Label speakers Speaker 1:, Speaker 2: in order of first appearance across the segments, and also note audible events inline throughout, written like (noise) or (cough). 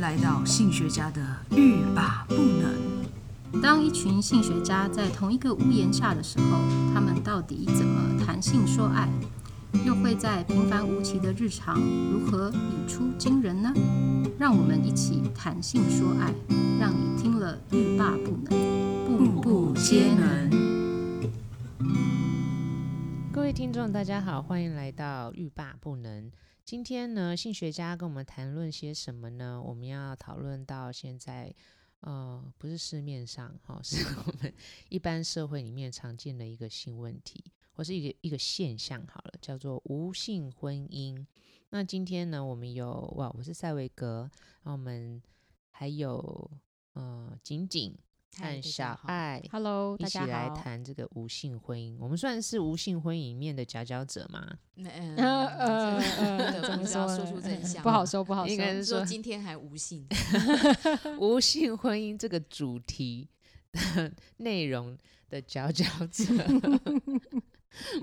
Speaker 1: 来到性学家的欲罢不能。
Speaker 2: 当一群性学家在同一个屋檐下的时候，他们到底怎么谈性说爱？又会在平凡无奇的日常如何语出惊人呢？让我们一起谈性说爱，让你听了欲罢不能，步步皆能。
Speaker 3: 各位听众，大家好，欢迎来到欲罢不能。今天呢，性学家跟我们谈论些什么呢？我们要讨论到现在，呃，不是市面上哈、哦， (laughs) 是我们一般社会里面常见的一个性问题，或是一个一个现象好了，叫做无性婚姻。那今天呢，我们有哇，我是塞维格，然后我们还有呃，景景
Speaker 4: 嗨
Speaker 3: 和
Speaker 4: 大家
Speaker 3: 小
Speaker 4: 好
Speaker 3: 爱，
Speaker 4: Hello，
Speaker 3: 一
Speaker 4: 大
Speaker 3: 起
Speaker 4: 家
Speaker 3: 来
Speaker 4: 好。
Speaker 3: 谈这个无性婚姻。我们算是无性婚姻里面的佼佼者嘛？
Speaker 4: 呃
Speaker 5: 呃呃呃
Speaker 4: 这个
Speaker 5: 怎
Speaker 4: 不
Speaker 5: 么
Speaker 4: 知道
Speaker 5: 说
Speaker 4: 说
Speaker 5: 呢
Speaker 4: 出真相，
Speaker 5: 不好。说，不好
Speaker 3: 应该
Speaker 5: 说。
Speaker 3: 是
Speaker 4: 说
Speaker 3: 说
Speaker 4: 今天还无信，啊
Speaker 3: 无性婚姻这个主题的 (laughs) 内容的佼佼者， (laughs)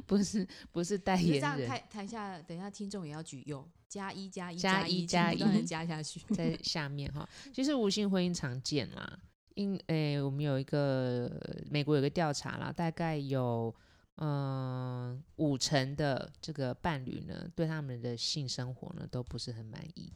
Speaker 3: 不是不是代
Speaker 4: 就这
Speaker 3: 言
Speaker 4: 样
Speaker 3: 人
Speaker 4: 台，台下，等一下听众也要举右，加一加一
Speaker 3: 加一
Speaker 4: 一
Speaker 3: 加
Speaker 4: 一，不断地
Speaker 3: 一
Speaker 4: 加下去。
Speaker 3: 在下面
Speaker 4: (laughs)
Speaker 3: 哈。其实无性婚姻常见嘛，因诶、我们有一个美国有个调查啦，大概有。嗯，五成的这个伴侣呢，对他们的性生活呢都不是很满意。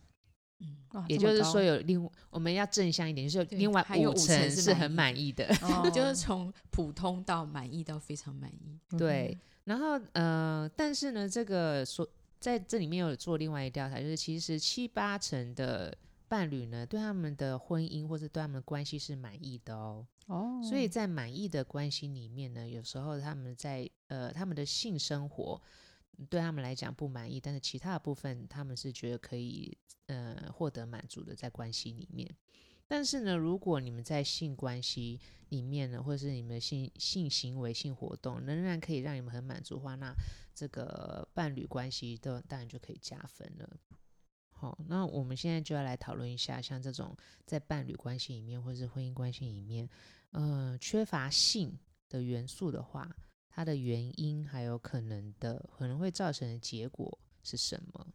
Speaker 4: 嗯，
Speaker 5: 哇
Speaker 3: 也
Speaker 5: 这么
Speaker 3: 就是
Speaker 5: 高
Speaker 3: 说，有另我们要正向一点，就是
Speaker 4: 对
Speaker 3: 另外
Speaker 4: 还有五成
Speaker 3: 成
Speaker 4: 是
Speaker 3: 是
Speaker 4: 满
Speaker 3: 很
Speaker 4: 意
Speaker 3: 满意 (laughs) 的。
Speaker 5: 哦
Speaker 4: 就是从普通到满意到非常满意。
Speaker 3: 对，然后呃，但是呢，这个所在这里面有做另外一个调查，就是其实七八成的伴侣呢，对他们的婚姻或者对他们的关系是满意的哦。
Speaker 5: 哦，
Speaker 3: 所以在满意的关系里面呢，有时候他们在呃他们的性生活嗯对他们来讲不满意，但是其他的部分他们是觉得可以呃获得满足的在关系里面。但是呢，如果你们在性关系里面呢，或者是你们的性性行为、性活动仍然可以让你们很满足的话，那这个伴侣关系都当然就可以加分了。好，那我们现在就要来讨论一下，像这种在伴侣关系里面或是婚姻关系里面，呃，缺乏性的元素的话，它的原因还有可能的可能会造成的结果是什么？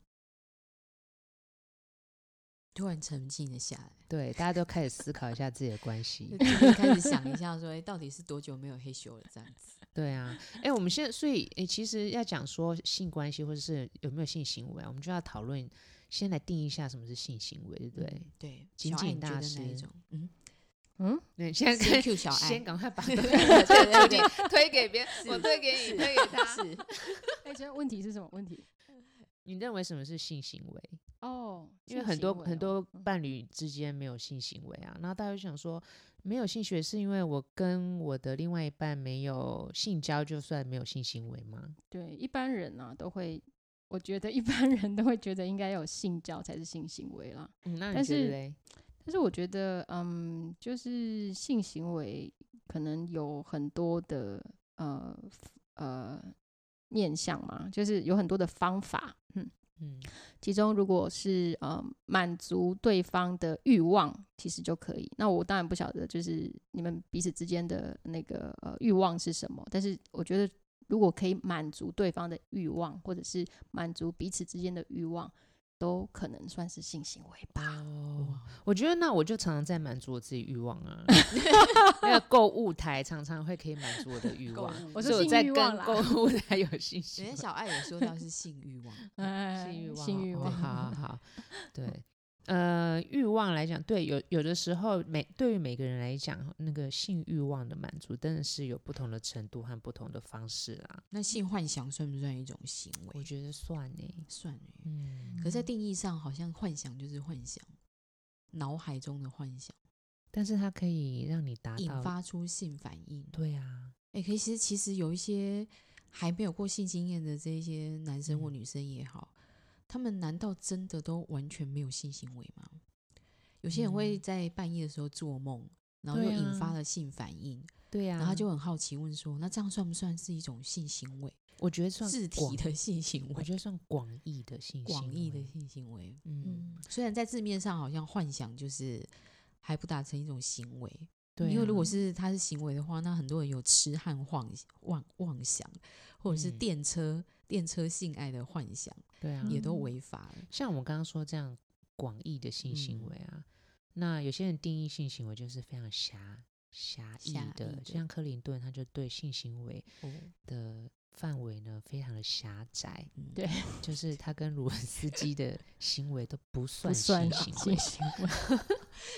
Speaker 4: 突然沉静了下来，
Speaker 3: 对，大家都开始思考一下自己的关系
Speaker 4: 就。自己开始想一下，说，哎，到底是多久没有嘿咻了？这样子，
Speaker 3: 对啊，哎、我们现在所以、诶其实要讲说性关系或者是有没有性行为啊，我们就要讨论，先来定义一下什么是性行为，对不对？
Speaker 4: 嗯对，
Speaker 3: 仅
Speaker 4: 小爱
Speaker 3: 仅
Speaker 4: 你觉
Speaker 3: 大
Speaker 4: 得哪一
Speaker 3: 师
Speaker 4: 种？嗯
Speaker 5: 嗯，
Speaker 3: 对，现在可以
Speaker 4: ，CQ 小爱
Speaker 3: 先，赶快 (laughs) 把
Speaker 4: 对对对，
Speaker 3: 推给别人，
Speaker 4: 是
Speaker 3: 我推给你，推给他。
Speaker 4: 是
Speaker 5: 哎，这问题是什么问题？
Speaker 3: 你认为什么是性行为？
Speaker 5: 哦，
Speaker 3: 因为
Speaker 5: 性
Speaker 3: 很
Speaker 5: 行
Speaker 3: 多
Speaker 5: 为
Speaker 3: 很
Speaker 5: 哦
Speaker 3: 多
Speaker 5: 嗯
Speaker 3: 伴侣之间没有性行为啊，然后大家就想说，没有性行为是因为我跟我的另外一半没有性交，就算没有性行为吗？
Speaker 5: 对一般人啊都会，我觉得一般人都会觉得应该有性交才是性行为啦。
Speaker 3: 嗯，那你
Speaker 5: 但
Speaker 3: 觉得
Speaker 5: 是
Speaker 3: 嘞？
Speaker 5: 但是我觉得，嗯，就是性行为可能有很多的呃呃面向嘛，就是有很多的方法，嗯，
Speaker 3: 嗯，
Speaker 5: 其中如果是呃满足对方的欲望，其实就可以。那我当然不晓得，就是你们彼此之间的那个呃欲望是什么，但是我觉得如果可以满足对方的欲望，或者是满足彼此之间的欲望，都可能算是性行为吧。
Speaker 3: 哦，我觉得那我就常常在满足我自己欲望啊，那个购物台常常会可以满足我的欲
Speaker 4: 购
Speaker 3: 望，
Speaker 4: 物
Speaker 5: 我
Speaker 3: 嗯所以
Speaker 5: 说
Speaker 3: 我
Speaker 5: 性
Speaker 3: 在
Speaker 5: 欲
Speaker 3: 跟
Speaker 5: 望啦
Speaker 3: 购物台有性
Speaker 4: (laughs) 人
Speaker 3: 行
Speaker 4: 家
Speaker 3: 为。
Speaker 4: 小爱也说到是性欲望，
Speaker 3: (laughs)
Speaker 5: 哎
Speaker 3: 性欲望，
Speaker 5: 性欲
Speaker 3: 哦
Speaker 5: 望，
Speaker 3: 好好好，对，呃，欲望来讲，对，有有的时候每对于每个人来讲，那个性欲望的满足真的是有不同的程度和不同的方式啦。
Speaker 4: 那性幻想算不算一种行
Speaker 3: 我
Speaker 4: 为？
Speaker 3: 觉得算呢，
Speaker 4: 算欸
Speaker 3: 嗯，
Speaker 4: 可是，在定义上，好像幻想就是幻想，脑海中的幻想，
Speaker 3: 但是它可以让你达
Speaker 4: 引
Speaker 3: 到，
Speaker 4: 发出性反应。
Speaker 3: 对啊，
Speaker 4: 哎、可是其实其实有一些还没有过性经验的这一些男生
Speaker 3: 嗯
Speaker 4: 或女生也好，他们难道真的都完全没有性行为吗？有些人会
Speaker 3: 嗯
Speaker 4: 在半夜的时候做梦，然后就
Speaker 3: 对
Speaker 4: 引
Speaker 3: 啊
Speaker 4: 发了性反应，
Speaker 3: 对啊，
Speaker 4: 然后他就很好奇问说：“那这样算不算是一种性行为？
Speaker 3: 我觉得算
Speaker 4: 自
Speaker 3: 广
Speaker 4: 体，的性行
Speaker 3: 我
Speaker 4: 为，
Speaker 3: 觉得算广义的性
Speaker 4: 广
Speaker 3: 行
Speaker 4: 义的
Speaker 3: 为，
Speaker 4: 性行为？”
Speaker 3: 嗯，
Speaker 4: 嗯，虽然在字面上好像幻想就是还不达成一种行为，
Speaker 3: 对啊，
Speaker 4: 因为如果是它是行为的话，那很多人有痴汉妄妄妄想，或者是
Speaker 3: 嗯
Speaker 4: 电车、电车性爱的幻想，
Speaker 3: 对啊，
Speaker 4: 也都违法了。
Speaker 3: 像我们刚刚说这样广义的性行
Speaker 4: 嗯
Speaker 3: 为啊，那有些人定义性行为就是非常狭狭义
Speaker 2: 狭
Speaker 3: 的，
Speaker 2: 义的
Speaker 3: 就像克林顿，他就对性行为
Speaker 2: 哦，
Speaker 3: 的范围呢非常的狭窄，
Speaker 2: 嗯
Speaker 5: 对，
Speaker 3: 就是他跟鲁文斯基的行为都不
Speaker 5: 不
Speaker 3: 算
Speaker 5: 算
Speaker 3: 性
Speaker 2: 啊
Speaker 5: 性
Speaker 3: 行为，
Speaker 5: 行为，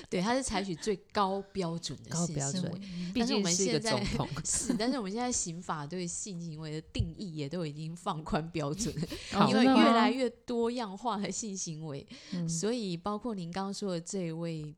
Speaker 2: 对，他是采取最高标准的
Speaker 3: 高
Speaker 2: 性
Speaker 3: 标
Speaker 2: 行
Speaker 3: 准
Speaker 2: 为。
Speaker 3: 毕
Speaker 2: 但是我
Speaker 3: 竟
Speaker 2: 们
Speaker 3: 是一个
Speaker 2: 现在
Speaker 3: 总统。 (laughs)
Speaker 2: 是，但是我们现在刑法对性行为的定义也都已经放宽标准了，
Speaker 5: 哦
Speaker 2: 因
Speaker 5: 真
Speaker 2: 为
Speaker 5: 的
Speaker 2: 越
Speaker 5: 吗
Speaker 2: 来越多样化的性行为，
Speaker 5: 嗯
Speaker 2: 所以包括您刚刚说的这一位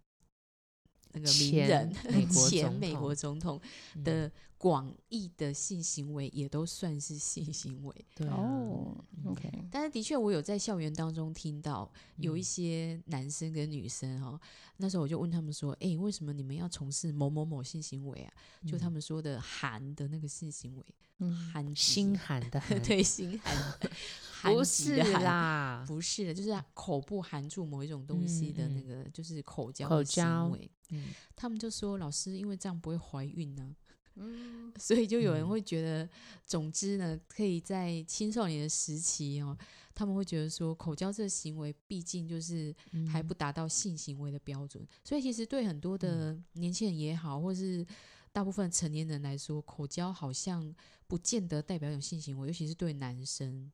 Speaker 2: 那个名
Speaker 3: 前
Speaker 2: 人，
Speaker 3: 美国
Speaker 2: 前
Speaker 3: 总
Speaker 2: 美国
Speaker 3: 统
Speaker 2: 总统
Speaker 3: 嗯
Speaker 2: 的广义的性行为也都算是性行为。
Speaker 3: (laughs) 对啊
Speaker 5: 哦
Speaker 3: 嗯
Speaker 5: ，OK，
Speaker 2: 但是的确，我有在校园当中听到有一
Speaker 3: 嗯
Speaker 2: 些男生跟女生哦，那时候我就问他们说：“诶，为什么你们要从事某某某性行为啊？”就他
Speaker 3: 嗯
Speaker 2: 们说的“寒”的那个性行为，
Speaker 5: 嗯，
Speaker 2: 寒极
Speaker 3: 心寒的
Speaker 2: (laughs)
Speaker 3: 寒，，
Speaker 2: 对心寒寒
Speaker 3: 不
Speaker 2: 极
Speaker 3: 是
Speaker 2: 的寒，
Speaker 3: 啦，
Speaker 2: 不是的，就是口部含住某一种东西的
Speaker 3: 嗯
Speaker 2: 那
Speaker 3: 嗯
Speaker 2: 个，就是口交
Speaker 3: 口
Speaker 2: 的
Speaker 3: 交
Speaker 2: 行为。
Speaker 3: 嗯
Speaker 2: 他们就说老师，因为这样不会怀孕啊呢、嗯，所以就有人
Speaker 3: 嗯
Speaker 2: 会觉得，总之呢，可以在青少年的时期哦，他们会觉得说口交这个行为，毕竟就是
Speaker 3: 嗯
Speaker 2: 还不达到性行为的标准，所以其实对很多的年轻人也好，或是大部分成年人来说，口交好像不见得代表一种性行为，尤其是对男生。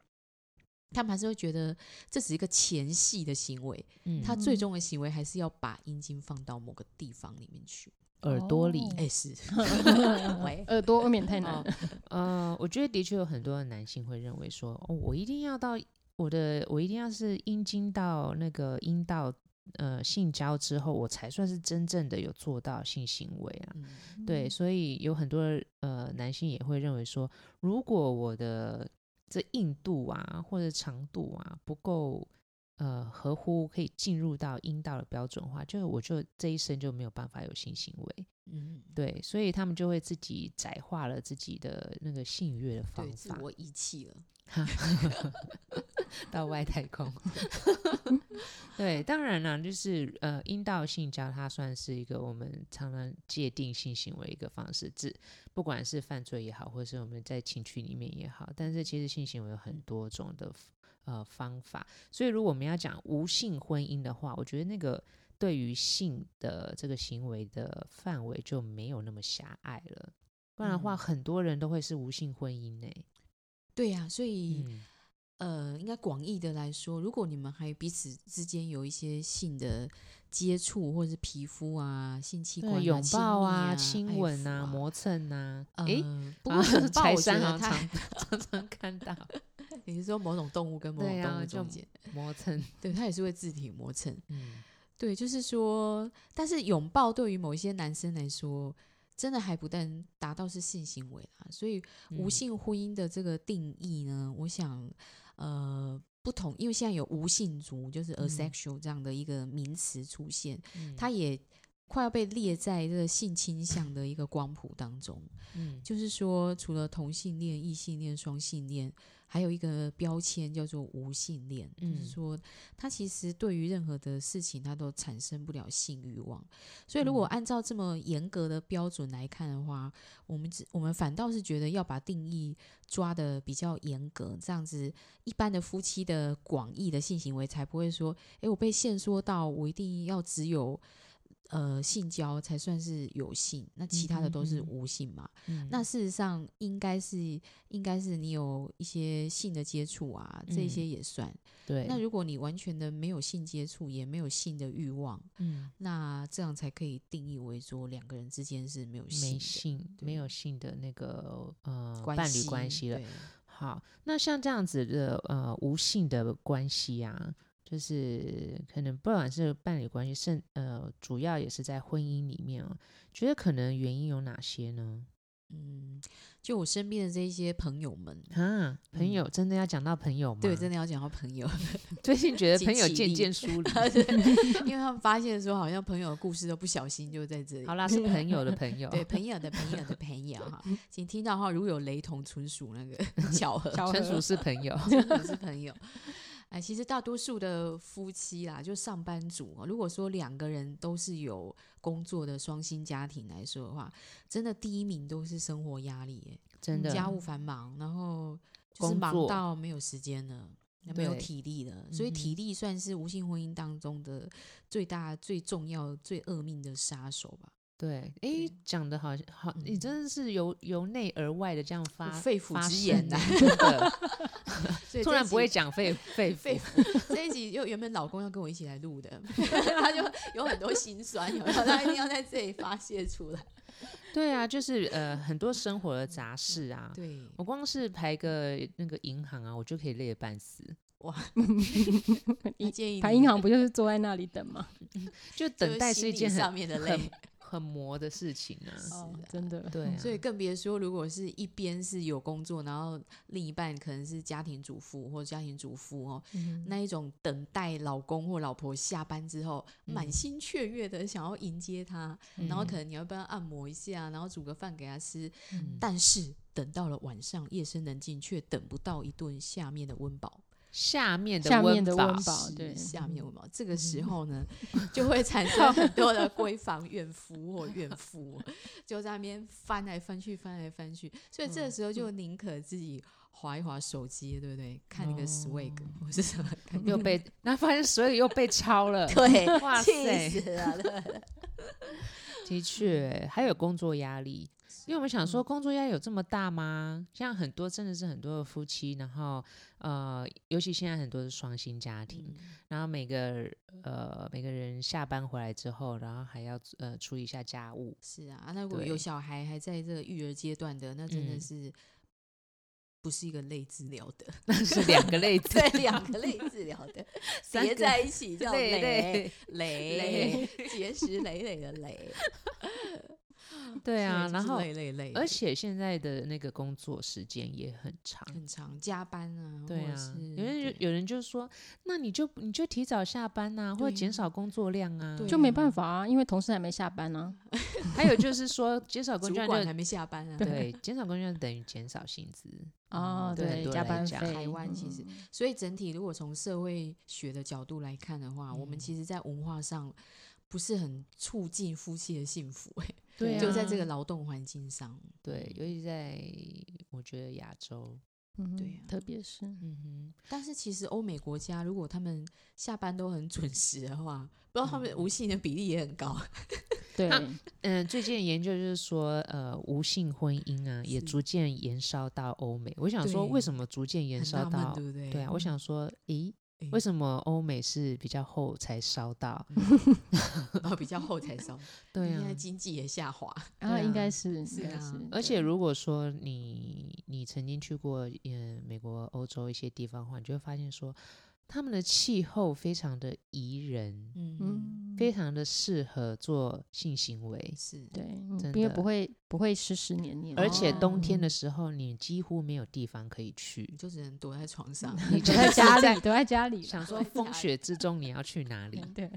Speaker 2: 他们还是会觉得这只是一个前戏的行为，
Speaker 3: 嗯
Speaker 2: 他最终的行为还是要把阴茎放到某个地方里面去。
Speaker 3: 耳朵里，
Speaker 5: 哦
Speaker 2: 哎、是，
Speaker 3: 嗯
Speaker 2: 喂，
Speaker 5: 耳朵未免太难
Speaker 2: 哦
Speaker 5: (laughs) 了，
Speaker 3: 呃，我觉得的确有很多的男性会认为说，哦，我一定要到我的，我一定要是阴茎到那个阴道，呃，性交之后，我才算是真正的有做到性行为啊。
Speaker 2: 嗯
Speaker 3: 对，所以有很多呃男性也会认为说，如果我的这硬度啊或者长度啊不够呃合乎可以进入到阴道的标准的话，就我就这一生就没有办法有性行为。
Speaker 2: 嗯，
Speaker 3: 对，所以他们就会自己窄化了自己的那个性愉悦的
Speaker 2: (laughs)
Speaker 3: 方
Speaker 2: 对，自
Speaker 3: 法，
Speaker 2: 我遗弃了。
Speaker 3: 到外太空。对，当然啦，就是呃，阴道性交它算是一个我们常常界定性行为一个方式，只不管是犯罪也好，或是我们在情趣里面也好，但是其实性行为有很多种的呃方法，所以如果我们要讲无性婚姻的话，我觉得那个对于性的这个行为的范围就没有那么狭隘了。不然的话，
Speaker 2: 嗯
Speaker 3: 很多人都会是无性婚姻呢、欸
Speaker 2: 对呀、所以、
Speaker 3: 嗯，
Speaker 2: 呃，应该广义的来说，如果你们还彼此之间有一些性的接触，或者是皮肤啊、性器官、啊、
Speaker 3: 对，拥抱
Speaker 2: 啊、爱
Speaker 3: 亲吻
Speaker 2: 抚啊、
Speaker 3: 磨蹭啊，诶，
Speaker 2: (laughs) 呃，不
Speaker 3: 啊
Speaker 2: 过拥抱
Speaker 3: 柴
Speaker 2: 我觉
Speaker 3: 山
Speaker 2: 得
Speaker 3: 好像
Speaker 2: 太，
Speaker 3: 常常常看到
Speaker 2: (laughs) 你是说某种动物跟某种
Speaker 3: 对啊
Speaker 2: 动物
Speaker 3: 就
Speaker 2: 中间，
Speaker 3: (laughs) 磨蹭，
Speaker 2: 对，它也是会自体磨蹭。
Speaker 3: 嗯，
Speaker 2: 对，就是说，但是拥抱对于某一些男生来说，真的还不但达到是性行为啦。所以无
Speaker 3: 嗯
Speaker 2: 性婚姻的这个定义呢，我想，呃，不同，因为现在有无性族，就是
Speaker 3: 嗯
Speaker 2: asexual 这样的一个名词出现，
Speaker 3: 嗯
Speaker 2: 它也快要被列在这个性倾向的一个光谱当中。
Speaker 3: 嗯
Speaker 2: 就是说，除了同性恋、异性恋、双性恋，还有一个标签叫做无性恋，就
Speaker 3: 嗯
Speaker 2: 是说他其实对于任何的事情，他都产生不了性欲望。所以，如果
Speaker 3: 嗯
Speaker 2: 按照这么严格的标准来看的话，我们只我们反倒是觉得要把定义抓的比较严格，这样子一般的夫妻的广义的性行为才不会说，诶，我被限缩到我一定要只有。呃，性交才算是有性，那其他的都是
Speaker 3: 嗯哼哼
Speaker 2: 无性嘛。
Speaker 3: 嗯
Speaker 2: 那事实上应该是应该是你有一些性的接触啊，这些
Speaker 3: 嗯
Speaker 2: 也算。
Speaker 3: 对，
Speaker 2: 那如果你完全的没有性接触，也没有性的欲望，
Speaker 3: 嗯
Speaker 2: 那这样才可以定义为说两个人之间是没有性
Speaker 3: 没
Speaker 2: 的
Speaker 3: 性没
Speaker 2: 对
Speaker 3: 有性的那个呃
Speaker 2: 关
Speaker 3: 伴
Speaker 2: 系
Speaker 3: 侣关系了，
Speaker 2: 对
Speaker 3: 好，那像这样子的呃无性的关系啊，就是可能不管是伴侣关系，甚呃主要也是在婚姻里面哦，觉得可能原因有哪些呢？
Speaker 2: 嗯，就我身边的这一些朋友
Speaker 3: (laughs)
Speaker 2: 们，
Speaker 3: 啊，朋
Speaker 2: 嗯
Speaker 3: 友、真的要讲到朋友吗？
Speaker 2: 对，真
Speaker 3: 的
Speaker 2: 的要讲到朋友， (laughs)
Speaker 3: 最近觉得
Speaker 2: 近
Speaker 3: 朋友
Speaker 2: 起
Speaker 3: 渐
Speaker 2: 立
Speaker 3: 渐疏
Speaker 2: (laughs)
Speaker 3: 离。
Speaker 2: 因为他们发现说好像朋友的故事都不小心就在这里。
Speaker 3: 好啦，是朋友的朋友， (laughs)
Speaker 2: 对，朋友的朋友的朋友哈，
Speaker 3: 嗯
Speaker 4: (laughs)
Speaker 2: 请听到哈，如有雷同，纯属
Speaker 3: (laughs)
Speaker 2: 那个巧合。
Speaker 5: 巧
Speaker 3: 纯
Speaker 5: 合
Speaker 3: 属是朋
Speaker 4: (laughs)
Speaker 3: 友。
Speaker 2: 我是朋友。哎，其实大多数的夫妻啦，就上班族、哦，如果说两个人都是有工作的双薪家庭来说的话，真的第一名都是生活压力耶，
Speaker 3: 真的，
Speaker 2: 家务繁忙，然后就是
Speaker 3: 工
Speaker 2: 忙
Speaker 3: 作
Speaker 2: 到没有时间了。
Speaker 4: 没有
Speaker 3: 对
Speaker 4: 体力了，所以
Speaker 3: 嗯哼
Speaker 4: 体力算是无性婚姻当中的最大、最重要、最恶命的杀
Speaker 3: (laughs)
Speaker 4: 手吧。
Speaker 3: 对，诶，讲的好像好，你真的是由由内而外的这样发
Speaker 4: 嗯肺腑
Speaker 3: 发
Speaker 4: 之
Speaker 3: 声
Speaker 4: 言
Speaker 3: 呢
Speaker 4: 啊
Speaker 3: 真
Speaker 4: (laughs)
Speaker 3: 的
Speaker 4: 所以这
Speaker 3: 突
Speaker 4: 一
Speaker 3: 然不会
Speaker 4: 集
Speaker 3: 讲肺肺
Speaker 4: (laughs) 肺
Speaker 3: 腑，
Speaker 4: 这一集，又原本老公要跟我一起来录的， (laughs) 他就有很多心酸，有没有？他一定
Speaker 3: (laughs)
Speaker 4: 要在这里发泄出来。
Speaker 3: 对啊，就是呃很多生活的杂事
Speaker 4: 嗯 (laughs)
Speaker 3: 啊。
Speaker 4: 对，
Speaker 3: 我光是排个那个银行啊，我就可以累得半死，
Speaker 4: 那建议
Speaker 5: 排
Speaker 4: 你
Speaker 5: 银行不就是坐在那里等吗？
Speaker 4: 就
Speaker 3: 就等待是
Speaker 4: 心
Speaker 3: 一
Speaker 4: 理
Speaker 3: 件
Speaker 4: 上
Speaker 3: 很
Speaker 4: 面的累
Speaker 3: 很，很磨的事情啊。
Speaker 5: 哦
Speaker 4: 是啊
Speaker 5: 真的，
Speaker 3: 对啊，
Speaker 4: 所以更别说，如果是一边是有工作，然后另一半可能是家庭主妇或家庭主妇哦，
Speaker 3: 嗯
Speaker 4: 那一种等待老公或老婆下班之后，
Speaker 3: 嗯
Speaker 4: 满心雀跃的想要迎接他，然后可能你要帮他按摩一下，然后煮个饭给他吃，
Speaker 3: 嗯
Speaker 4: 但是等到了晚上夜深人静，却等不到一顿下面的温饱。
Speaker 3: 下面
Speaker 5: 下
Speaker 3: 的
Speaker 5: 面
Speaker 3: 温
Speaker 5: 的
Speaker 3: 饱
Speaker 5: 温饱
Speaker 4: 是
Speaker 5: 对
Speaker 4: 下面温饱，
Speaker 3: 嗯
Speaker 4: 这个时候呢，就会产生很多的闺房怨夫或怨妇
Speaker 3: (laughs)
Speaker 4: 哦，就在那边翻来翻去，翻来翻去，所以这个时候
Speaker 3: 嗯
Speaker 4: 就宁可自己划一划手机，对不对？看
Speaker 3: 哦
Speaker 4: 那个 swag 或是什
Speaker 3: (laughs)
Speaker 4: 么，看，
Speaker 3: 又被那发现所有又被抄了
Speaker 4: (laughs) 对，
Speaker 3: 哇
Speaker 4: (laughs)
Speaker 3: 塞
Speaker 4: 气死了，对啊
Speaker 3: 的确，欸还有工作压力，因为我们想
Speaker 4: 嗯
Speaker 3: 说工作压力有这么大吗？像很多真的是很多的夫妻，然后呃，尤其现在很多是双薪家庭，
Speaker 4: 嗯
Speaker 3: 然后每个呃每个人下班回来之后，然后还要呃处理一下家务，
Speaker 4: 是啊，啊那如果
Speaker 3: 对
Speaker 4: 有小孩还在这个育儿阶段的，那真的
Speaker 3: 嗯
Speaker 4: 是不是一个类治疗的，
Speaker 3: 那是两个类子，
Speaker 4: (laughs) 对，两个类治疗的
Speaker 3: 三
Speaker 4: 叠
Speaker 3: 个
Speaker 4: 在一起叫
Speaker 3: 累
Speaker 4: 累
Speaker 3: 累，
Speaker 4: 累，结石累累的累。
Speaker 3: 对啊，
Speaker 4: 就
Speaker 3: 然
Speaker 4: 是
Speaker 3: 后
Speaker 4: 累累累的，
Speaker 3: 而且现在的那个工作时间也很长。
Speaker 4: 很长，加班啊，
Speaker 3: 对
Speaker 4: 或者
Speaker 3: 啊
Speaker 4: 是，
Speaker 3: 有人就
Speaker 4: 对
Speaker 3: 有人就说，那你就你就提早下班呐、或者
Speaker 4: 对
Speaker 3: 减
Speaker 4: 啊
Speaker 3: 少工作量啊。
Speaker 4: 对
Speaker 5: 就没办法啊，因为同事还没下班啊呢、
Speaker 3: 还有就是说，减少工
Speaker 4: 主
Speaker 3: 作
Speaker 4: 管
Speaker 3: 量
Speaker 4: 还
Speaker 3: 就
Speaker 4: 没下班 (laughs) 啊。
Speaker 3: 对，减少工作量等于减少薪资。
Speaker 5: 啊。
Speaker 3: 嗯
Speaker 5: 哦，
Speaker 3: 对很
Speaker 5: 对，
Speaker 3: 多
Speaker 5: 加
Speaker 3: 人来
Speaker 5: 班费嗯
Speaker 3: 讲，
Speaker 4: 台湾其实，所以整体如果从社会学的角度来看的话，我们
Speaker 3: 嗯
Speaker 4: 其实，在文化上不是很促进夫妻的幸福、欸，
Speaker 3: 对
Speaker 4: 就在这
Speaker 3: 啊
Speaker 4: 个劳动环境上，
Speaker 3: 对，尤其在我觉得亚洲，
Speaker 5: 嗯，
Speaker 4: 对啊
Speaker 5: 特别是
Speaker 3: 嗯
Speaker 4: 但是其实欧美国家，如果他们下班都很准时的话，不知道他们无性的比例也很高。
Speaker 3: (laughs)
Speaker 5: 对，
Speaker 3: 啊哼，嗯、最近的研究就是说，呃，无性婚姻啊，也
Speaker 4: 是
Speaker 3: 逐渐延烧到欧美。我想说，为
Speaker 4: 对
Speaker 3: 什么逐渐延
Speaker 4: 很纳
Speaker 3: 烧
Speaker 4: 闷
Speaker 3: 到？
Speaker 4: 对不对
Speaker 3: 啊，我想说，咦，
Speaker 4: 诶嗯
Speaker 3: 为什么欧美是比较后才烧到？
Speaker 4: (laughs) 然后比较后才 (laughs) 烧，
Speaker 3: 对
Speaker 4: 现
Speaker 3: 啊
Speaker 4: 在，经济也下滑，
Speaker 5: 啊，应
Speaker 3: 啊
Speaker 5: 该是，应
Speaker 4: 是
Speaker 5: 该
Speaker 4: 啊
Speaker 5: 是，
Speaker 3: 而
Speaker 5: 对
Speaker 3: 且如果说你你曾经去过嗯美国、欧洲一些地方的话，你就会发现说，他们的气候非常的宜人，
Speaker 4: 嗯
Speaker 5: 嗯，
Speaker 3: 非常的适合做性行为，
Speaker 4: 是，
Speaker 5: 对，嗯
Speaker 3: 真
Speaker 5: 因为
Speaker 3: 的
Speaker 5: 不会不会湿湿黏黏的，啊
Speaker 3: 而且冬天
Speaker 5: 的
Speaker 3: 的时候你几乎没有地方可以去
Speaker 4: (laughs) 你，就只能躲在床上。
Speaker 3: 你
Speaker 5: 躲
Speaker 3: 就
Speaker 5: 在
Speaker 3: 是
Speaker 5: 家
Speaker 3: 在
Speaker 5: 里，躲在家里啦，
Speaker 3: 想说风雪之中你要去哪里？
Speaker 5: 对，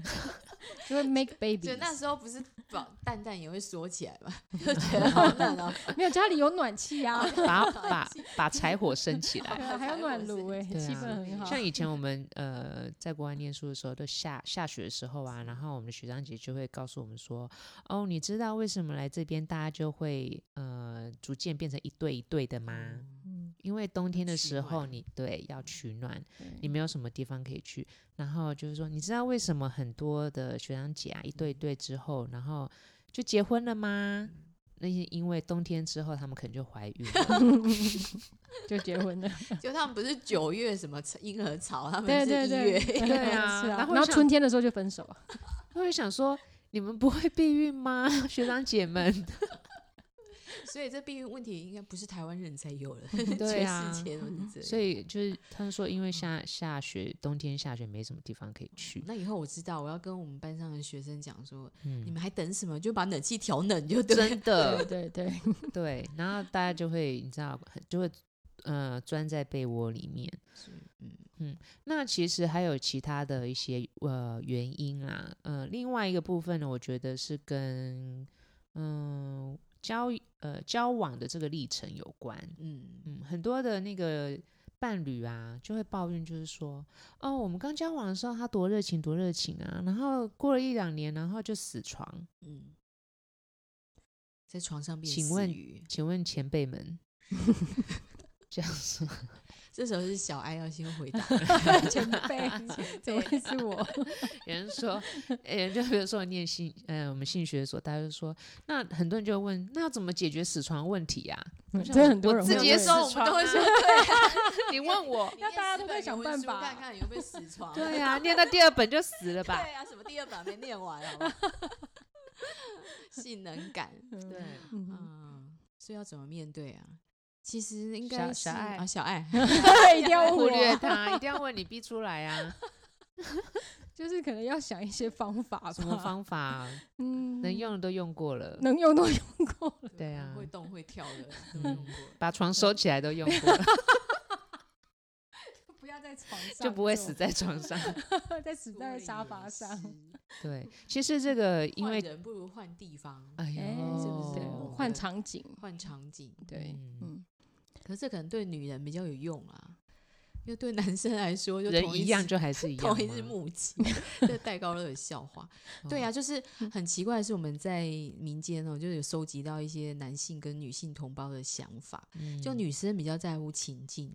Speaker 5: 就会 make
Speaker 4: 对，
Speaker 5: baby，
Speaker 4: 那时候 (laughs) 不是宝蛋蛋也会缩起来嘛， (laughs) 就觉得好冷哦，
Speaker 5: 没有家里有暖气呀，
Speaker 3: 把把把柴火升起来。
Speaker 5: 对啊还有暖炉哎，
Speaker 3: 对
Speaker 5: 气
Speaker 3: 啊
Speaker 5: 氛很好
Speaker 3: 像。以前我们呃在国外念书的时候，都下下雪的时候啊，然后我们的学长姐就会告诉我们说，哦，你知道为什么来这边大家就会呃逐渐变成一对一对的吗？
Speaker 5: 嗯
Speaker 3: 因为冬天的
Speaker 4: 取
Speaker 3: 时候
Speaker 4: 暖
Speaker 3: 你对要取暖，你
Speaker 5: 对
Speaker 3: 没有什么地方可以去。然后就是说，你知道为什么很多的学长姐啊一
Speaker 5: 嗯
Speaker 3: 对一对之后，然后就结婚了吗？那是因为冬天之后他们可能就怀孕了， (laughs)
Speaker 5: 就结婚了，
Speaker 4: (laughs) 就他们不是九月什么婴儿潮，他们
Speaker 5: 对
Speaker 4: 是
Speaker 5: 对
Speaker 4: 一
Speaker 5: 对，
Speaker 4: (laughs) 月，
Speaker 3: 对啊
Speaker 5: 是
Speaker 3: 然
Speaker 5: 啊。
Speaker 3: 后
Speaker 5: 然
Speaker 3: 像
Speaker 5: 后春天的时候就分手，啊
Speaker 3: 我会想说。你们不会避孕吗， (laughs) 学长姐们？
Speaker 4: 所以这避孕问题应该不是台湾人才有 (laughs) 了，
Speaker 3: 对啊
Speaker 4: 全世界都是 (laughs) 这样。
Speaker 3: 所以就是他们说，因
Speaker 4: 嗯
Speaker 3: 为下下雪，冬天下雪没什么地方可以去。
Speaker 4: 那以后我知道，我要跟我们班上的学生讲说，你
Speaker 3: 嗯，
Speaker 4: 们还等什么？就把冷气调冷就对了。
Speaker 3: 真的
Speaker 4: (laughs)
Speaker 5: 对对对，
Speaker 3: 对，然后大家就会你知道，很就会呃钻在被窝里面。
Speaker 4: 嗯，
Speaker 3: 那其实还有其他的一些呃原因啦，呃，另外一个部分呢，我觉得是跟嗯、交呃交往的这个历程有关。
Speaker 4: 嗯，
Speaker 3: 嗯，很多的那个伴侣啊，就会抱怨，就是说，哦，我们刚交往的时候他多热情，多热情啊，然后过了一两年，然后就死床。
Speaker 4: 嗯，在床上变
Speaker 3: 请
Speaker 4: 死
Speaker 3: 问
Speaker 5: (laughs)
Speaker 3: (laughs)
Speaker 4: 鱼，
Speaker 3: 请问前辈们，这样说
Speaker 4: 这时候是小爱要先回
Speaker 5: (laughs)
Speaker 4: 答，啊
Speaker 5: 前
Speaker 4: (laughs)
Speaker 5: 辈，怎么会是我？
Speaker 3: 有人说，有人就比如说念性，呃，我们性学所，大家就说，那很多人就问，那要怎么解决死床问题呀、
Speaker 5: 嗯
Speaker 3: 我想
Speaker 5: 真的很多人
Speaker 3: 我自
Speaker 5: 会
Speaker 3: 己也
Speaker 5: 问
Speaker 3: 说，我
Speaker 4: 死
Speaker 3: 们都会
Speaker 4: 床
Speaker 3: 说，
Speaker 4: 啊
Speaker 3: 对啊 (laughs) 你问我，
Speaker 5: (laughs)
Speaker 4: 要
Speaker 5: 大家都在想办法
Speaker 4: 看看有没有死床。
Speaker 5: (laughs)
Speaker 3: 对啊，念到第二本就死了吧？
Speaker 4: (laughs) 对啊，什么第二本还没念完，好吧？性能感，
Speaker 3: 对，
Speaker 5: (laughs) 嗯
Speaker 4: 嗯，所以要怎么面对啊？其实应
Speaker 3: 小
Speaker 4: 该是
Speaker 3: 小爱
Speaker 4: 啊，小爱
Speaker 3: (laughs)
Speaker 5: 一定要问
Speaker 3: 忽
Speaker 5: 我
Speaker 4: (laughs)
Speaker 3: 略他，一定要问你逼出来啊，
Speaker 5: 就是可能要想一些方法吧，
Speaker 3: 什么方法啊
Speaker 5: 嗯
Speaker 3: 能用的都用过了，
Speaker 5: 能用都用过了，
Speaker 3: 对啊
Speaker 4: 会动会跳的都
Speaker 3: 嗯
Speaker 4: 用
Speaker 5: (laughs)
Speaker 4: 过，
Speaker 3: 把床收起来
Speaker 4: (laughs)
Speaker 3: 都用过了，
Speaker 5: 不要在床上
Speaker 3: 就不会死，在
Speaker 4: (laughs)
Speaker 3: 床上。
Speaker 5: 在死在沙发上。 (laughs)
Speaker 4: 做人
Speaker 3: 对，其实这个
Speaker 4: (laughs) 也是，
Speaker 3: 因
Speaker 4: 换
Speaker 3: 为，
Speaker 4: 人不如换地方，
Speaker 3: 哎
Speaker 5: 哎，
Speaker 3: 呦，
Speaker 5: 是不是
Speaker 4: 哦
Speaker 5: 换场景？
Speaker 4: 换场景。
Speaker 5: 对，
Speaker 3: 嗯
Speaker 5: 嗯，
Speaker 4: 可是这可能对女人比较有用啊，因为对男生来说就
Speaker 3: 人
Speaker 4: 同
Speaker 3: 一
Speaker 4: 日
Speaker 3: 样就还是一样吗，
Speaker 4: (laughs)
Speaker 3: 嗯
Speaker 4: 同一日目击， (laughs) 这戴高乐的笑话。对啊，就是很奇怪的是，我们在民间哦，就有收集到一些男性跟女性同胞的想法。
Speaker 3: 嗯，
Speaker 4: 就女生比较在乎情境，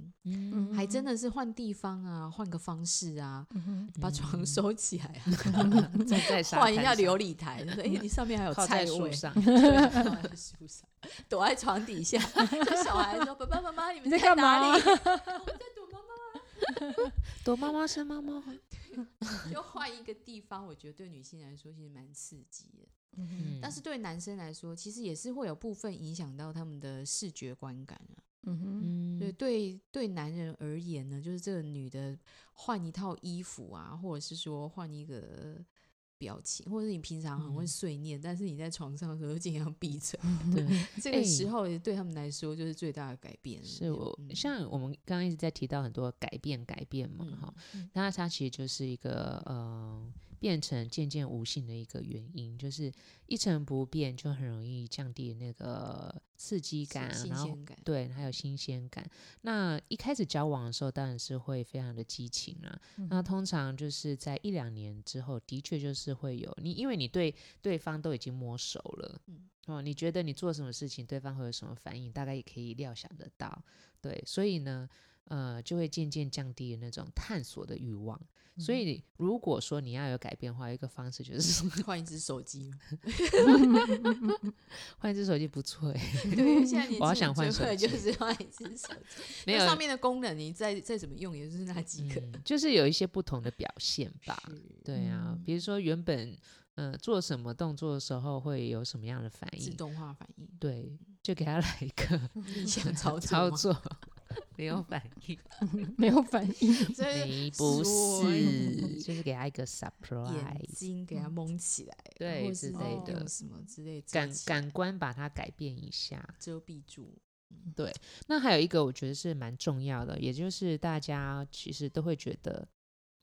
Speaker 4: (laughs)
Speaker 3: 嗯，(laughs)
Speaker 4: 还真的是换地方啊，换个方式啊，
Speaker 5: 嗯
Speaker 4: 把床
Speaker 3: 嗯
Speaker 4: 收起来啊，
Speaker 3: (laughs) 坐在沙
Speaker 4: 换一
Speaker 3: 滩
Speaker 4: 下
Speaker 3: 上
Speaker 4: 琉璃台，就说：“哎、你上面还有
Speaker 3: 靠
Speaker 4: 菜
Speaker 3: 在树
Speaker 4: 味。” (laughs)
Speaker 3: 上，
Speaker 4: 对靠在树上，躲在床底
Speaker 5: (laughs)
Speaker 4: 下。就小孩说：“爸爸妈妈，你们
Speaker 5: 你在干
Speaker 4: 哪
Speaker 5: 嘛 (laughs)
Speaker 4: 里？”我们在躲妈妈。
Speaker 3: 躲猫猫生猫猫。
Speaker 4: 就换一个地方，我觉得对女性来说其实蛮刺激的。
Speaker 5: 嗯
Speaker 4: 但是对男生来说，其实也是会有部分影响到他们的视觉观感啊。
Speaker 5: 嗯
Speaker 3: 嗯
Speaker 4: 对对对，男人而言呢，就是这个女的换一套衣服啊，或者是说换一个表情，或者是你平常很会
Speaker 3: 嗯
Speaker 4: 碎念，但是你在床上的时候就尽量闭嘴。
Speaker 3: (laughs) 对，
Speaker 4: 这个
Speaker 3: 哎
Speaker 4: 时候也对他们来说就是最大的改变了。
Speaker 3: 是我
Speaker 4: 嗯
Speaker 3: 像我们刚刚一直在提到很多改变改变嘛，哈、那它其实就是一个呃变成渐渐无性的一个原因，就是一成不变就很容易降低那个刺激
Speaker 4: 是
Speaker 3: 感，啊
Speaker 4: 新
Speaker 3: 然后
Speaker 4: 鲜感。
Speaker 3: 对，还有新鲜感。那一开始交往的时候，当然是会非常的激情啦、
Speaker 4: 嗯
Speaker 3: 那通常就是在一两年之后，的确就是会有你，因为你对对方都已经摸熟了，
Speaker 4: 嗯
Speaker 3: 哦，你觉得你做什么事情，对方会有什么反应，大概也可以料想得到。对，所以呢，呃，就会渐渐降低那种探索的欲望。
Speaker 4: 嗯
Speaker 3: 所以，如果说你要有改变的话，有一个方式就是
Speaker 4: 换一只手机，
Speaker 3: (laughs) 换一只手机不 (laughs) 错、欸，
Speaker 4: 对，因为现在年
Speaker 3: 我好
Speaker 4: 轻
Speaker 3: 想
Speaker 4: 人
Speaker 3: 换
Speaker 4: 最
Speaker 3: 手
Speaker 4: 会的就
Speaker 3: 机
Speaker 4: 是换一只手
Speaker 3: (laughs)
Speaker 4: 机。
Speaker 3: 没
Speaker 4: 那
Speaker 3: 有
Speaker 4: 上面的功能，你再再怎么用，也就是那几个。
Speaker 3: 嗯就是有一些不同的表现吧。
Speaker 4: 是
Speaker 3: 对啊，
Speaker 4: 嗯
Speaker 3: 比如说原本呃做什么动作的时候会有什么样的反
Speaker 4: 自
Speaker 3: 应，
Speaker 4: 动化反
Speaker 3: (laughs)
Speaker 4: 应，
Speaker 3: 对，就给他来一
Speaker 4: (laughs)
Speaker 3: 个
Speaker 4: 逆向操作
Speaker 3: (laughs) 操
Speaker 4: 吗，
Speaker 3: 作，
Speaker 4: (laughs)
Speaker 3: 没有反应，
Speaker 5: (laughs) 没有反应，
Speaker 4: 所以
Speaker 3: 你不
Speaker 4: 所 (laughs)
Speaker 3: 是，
Speaker 4: 以
Speaker 3: 就是给他一个
Speaker 4: 眼
Speaker 3: surprise，
Speaker 4: 睛给它蒙起来，
Speaker 3: 嗯对
Speaker 4: 或
Speaker 3: 之
Speaker 4: 是
Speaker 3: 类
Speaker 5: 哦
Speaker 3: 的
Speaker 4: 用，什么之类遮
Speaker 3: 感
Speaker 4: 起来
Speaker 3: 感官把它改变一下。
Speaker 4: 遮蔽住。
Speaker 3: 那还有一个我觉得是蛮重要的，也就是大家其实都会觉得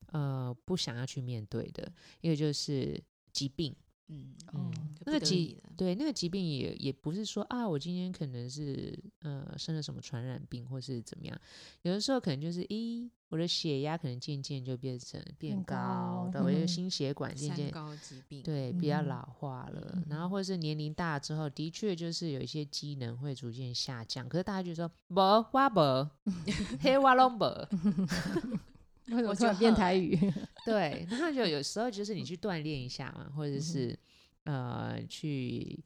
Speaker 3: 呃不想要去面对的，一个就是疾病。
Speaker 4: 嗯，
Speaker 3: 嗯
Speaker 4: 就不
Speaker 3: 那个
Speaker 4: 得已
Speaker 3: 疾
Speaker 4: 了
Speaker 3: 对那个疾病也也不是说啊，我今天可能是呃生了什么传染病或是怎么样，有的时候可能就是咦，我的血压可能渐渐就变成变
Speaker 5: 变
Speaker 3: 高对，
Speaker 5: 高，
Speaker 3: 我的
Speaker 5: 嗯
Speaker 3: 心血管渐
Speaker 4: 三
Speaker 3: 渐
Speaker 4: 高疾病，
Speaker 3: 对比较
Speaker 5: 嗯
Speaker 3: 老化了，然后或者是年龄大之后，的确就是有一些机能会逐渐下降，可是大家就说不挖 (laughs) 不黑挖龙不，
Speaker 5: 为什么
Speaker 4: 我
Speaker 5: 突
Speaker 4: 就
Speaker 5: 然变
Speaker 4: 喝
Speaker 5: 台语？
Speaker 4: (laughs)
Speaker 3: 对，然后就有时候就是你去锻炼一下嘛，或
Speaker 4: 嗯
Speaker 3: 者是、呃去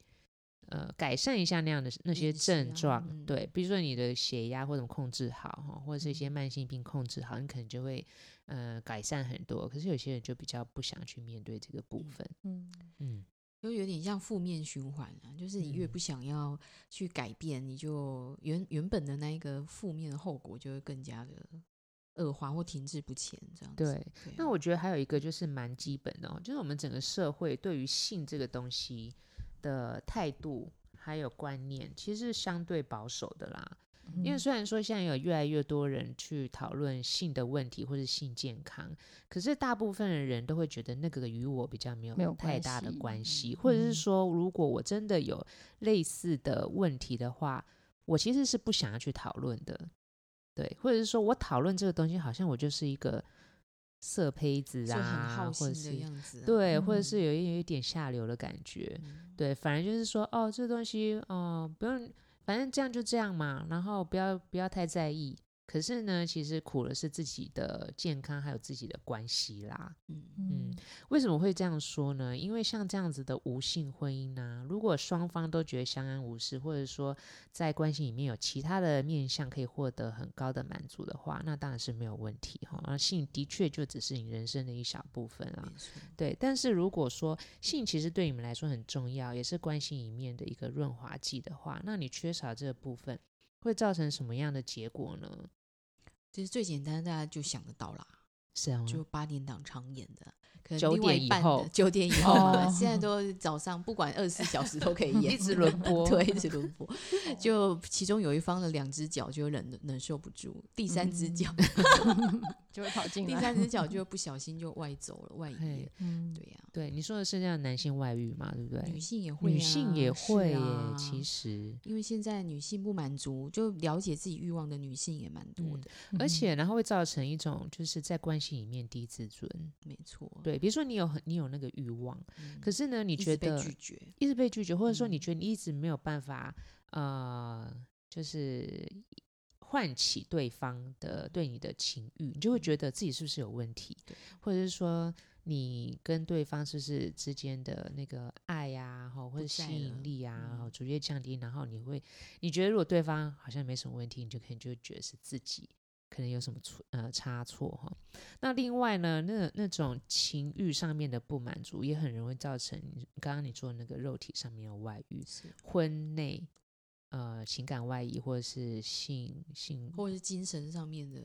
Speaker 3: 呃改善一下那样的那些
Speaker 4: 饮食
Speaker 3: 症
Speaker 4: 啊
Speaker 3: 状，
Speaker 4: 嗯
Speaker 3: 对，比如说你的血压或者控制好哈，或者是一些
Speaker 4: 嗯
Speaker 3: 慢性病控制好，你可能就会呃改善很多。可是有些人就比较不想去面对这个部分，
Speaker 5: 嗯
Speaker 3: 嗯，
Speaker 4: 就有点像负面循环啊，就是你越
Speaker 3: 嗯
Speaker 4: 不想要去改变，你就原原本的那一个负面的后果就会更加的恶化或停滞不前这样子。
Speaker 3: 对。
Speaker 4: 对啊，
Speaker 3: 那我觉得还有一个就是蛮基本的、哦，就是我们整个社会对于性这个东西的态度还有观念，其实是相对保守的啦。因为虽然说现在有越来越多人去讨论性的问题或是性健康，可是大部分的人都会觉得那个与我比较没有
Speaker 5: 没有
Speaker 3: 太
Speaker 5: 关
Speaker 3: 大的
Speaker 5: 系
Speaker 3: 关系，或者是说，如果我真的有类似的问题的话，我其实是不想要去讨论的，对，或者是说我讨论这个东西，好像我就是一个色胚子
Speaker 4: 就很
Speaker 3: 啊，
Speaker 4: 好
Speaker 3: 或者
Speaker 4: 心的
Speaker 3: 是
Speaker 4: 样子啊。
Speaker 3: 对，或者
Speaker 5: 嗯
Speaker 3: 是有一有一点下流的感觉，
Speaker 4: 嗯，
Speaker 3: 对，反而就是说，哦，这东西，哦、不用，反正这样就这样嘛，然后不要不要太在意。可是呢，其实苦的是自己的健康还有自己的关系啦。
Speaker 4: 嗯，
Speaker 3: 嗯，为什么会这样说呢？因为像这样子的无性婚姻呢、如果双方都觉得相安无事，或者说在关系里面有其他的面向可以获得很高的满足的话，那当然是没有问题哈。而性的确就只是你人生的一小部分啊。
Speaker 4: 没错，
Speaker 3: 对，但是如果说性其实对你们来说很重要，也是关系里面的一个润滑剂的话，那你缺少这个部分，会造成什么样的结果呢？
Speaker 4: 就是最简单，大家就想得到啦，
Speaker 3: 是啊，
Speaker 4: 就八点档常演的，可能
Speaker 3: 九
Speaker 4: 另外
Speaker 3: 点
Speaker 4: 一
Speaker 3: 以
Speaker 4: 半的
Speaker 3: 后
Speaker 4: 九
Speaker 3: (laughs)
Speaker 4: 点以后嘛，
Speaker 5: 哦
Speaker 4: 现在都是早上不管二十四小时都可以演，
Speaker 3: 一直
Speaker 4: (laughs)
Speaker 3: (laughs) 轮播
Speaker 4: 对，一直轮
Speaker 3: (laughs)
Speaker 4: 播。就其中有一方的两只脚就忍忍受不住，第三只脚，
Speaker 5: 就会跑进
Speaker 4: 第
Speaker 5: 来。
Speaker 4: 三只 (laughs) 脚就不小心就外走了，外移了
Speaker 3: 嗯嘿。
Speaker 5: 嗯，
Speaker 4: 对呀、
Speaker 3: 对你说的是这样男性外遇嘛，对不对？
Speaker 4: 女性也会、啊，
Speaker 3: 女性也
Speaker 4: 是
Speaker 3: 会耶，
Speaker 4: 啊、
Speaker 3: 其。实。
Speaker 4: 因为现在女性不满足，就了解自己欲望的女性也蛮多的，
Speaker 3: 而且，然后会造成一种就是在关系里面低自尊。
Speaker 4: 没错。，
Speaker 3: 对，比如说你有很你有那个欲望，
Speaker 4: 嗯
Speaker 3: 可是呢，你
Speaker 4: 一直
Speaker 3: 觉
Speaker 4: 被
Speaker 3: 得
Speaker 4: 拒绝？
Speaker 3: 一直被拒绝，或者说你
Speaker 4: 嗯
Speaker 3: 觉得你一直没有办法，呃，就是唤起对方的对你的情欲，你就会
Speaker 4: 嗯
Speaker 3: 觉得自己是不是有问题，或者是说你跟对方是不是之间的那个爱呀、啊，吼或
Speaker 4: 不
Speaker 3: 者
Speaker 4: 在
Speaker 3: 吸引
Speaker 4: 了
Speaker 3: 力啊，然后
Speaker 4: 嗯
Speaker 3: 逐渐降低，然后你会你觉得如果对方好像没什么问题，你就可能就会觉得是自己。可能有什么错呃差错哈，那另外呢，那那种情欲上面的不满足，也很容易造成你刚刚你说的那个肉体上面的外遇、
Speaker 4: 是，
Speaker 3: 婚内呃情感外移或者是性性
Speaker 4: 或者是精神上面的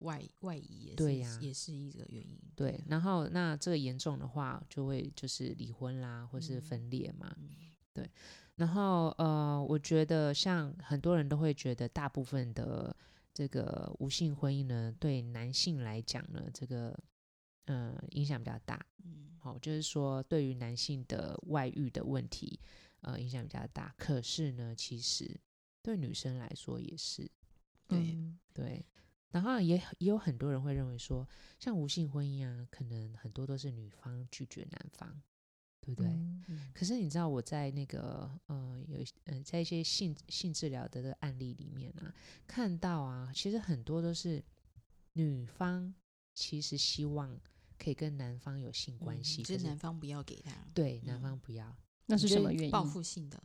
Speaker 4: 外外移也是，
Speaker 3: 对呀
Speaker 4: 也是一个原因。
Speaker 3: 对，然后那这个严重的话，就会就是离婚啦，或是
Speaker 4: 嗯
Speaker 3: 分裂嘛。
Speaker 4: 嗯
Speaker 3: 对，然后呃，我觉得像很多人都会觉得，大部分的这个无性婚姻呢，对男性来讲呢，这个呃影响比较大。
Speaker 4: 嗯，
Speaker 3: 好、就是说对于男性的外遇的问题，呃，影响比较大。可是呢，其实对女生来说也是
Speaker 4: 对，
Speaker 3: 对。然后也也有很多人会认为说，像无性婚姻啊，可能很多都是女方拒绝男方，对不对？
Speaker 5: 嗯
Speaker 4: 嗯
Speaker 3: 可是你知道我在那个呃有一些呃在一些性性治疗的这个案例里面啊，看到啊，其实很多都是女方其实希望可以跟男方有性关系，
Speaker 4: 嗯就
Speaker 3: 可
Speaker 4: 是
Speaker 3: 是
Speaker 4: 男方不要给他
Speaker 3: 对男
Speaker 4: 嗯
Speaker 3: 方不要，
Speaker 5: 那是
Speaker 3: 你觉
Speaker 5: 什
Speaker 3: 得
Speaker 5: 么原因？
Speaker 4: 报复性的，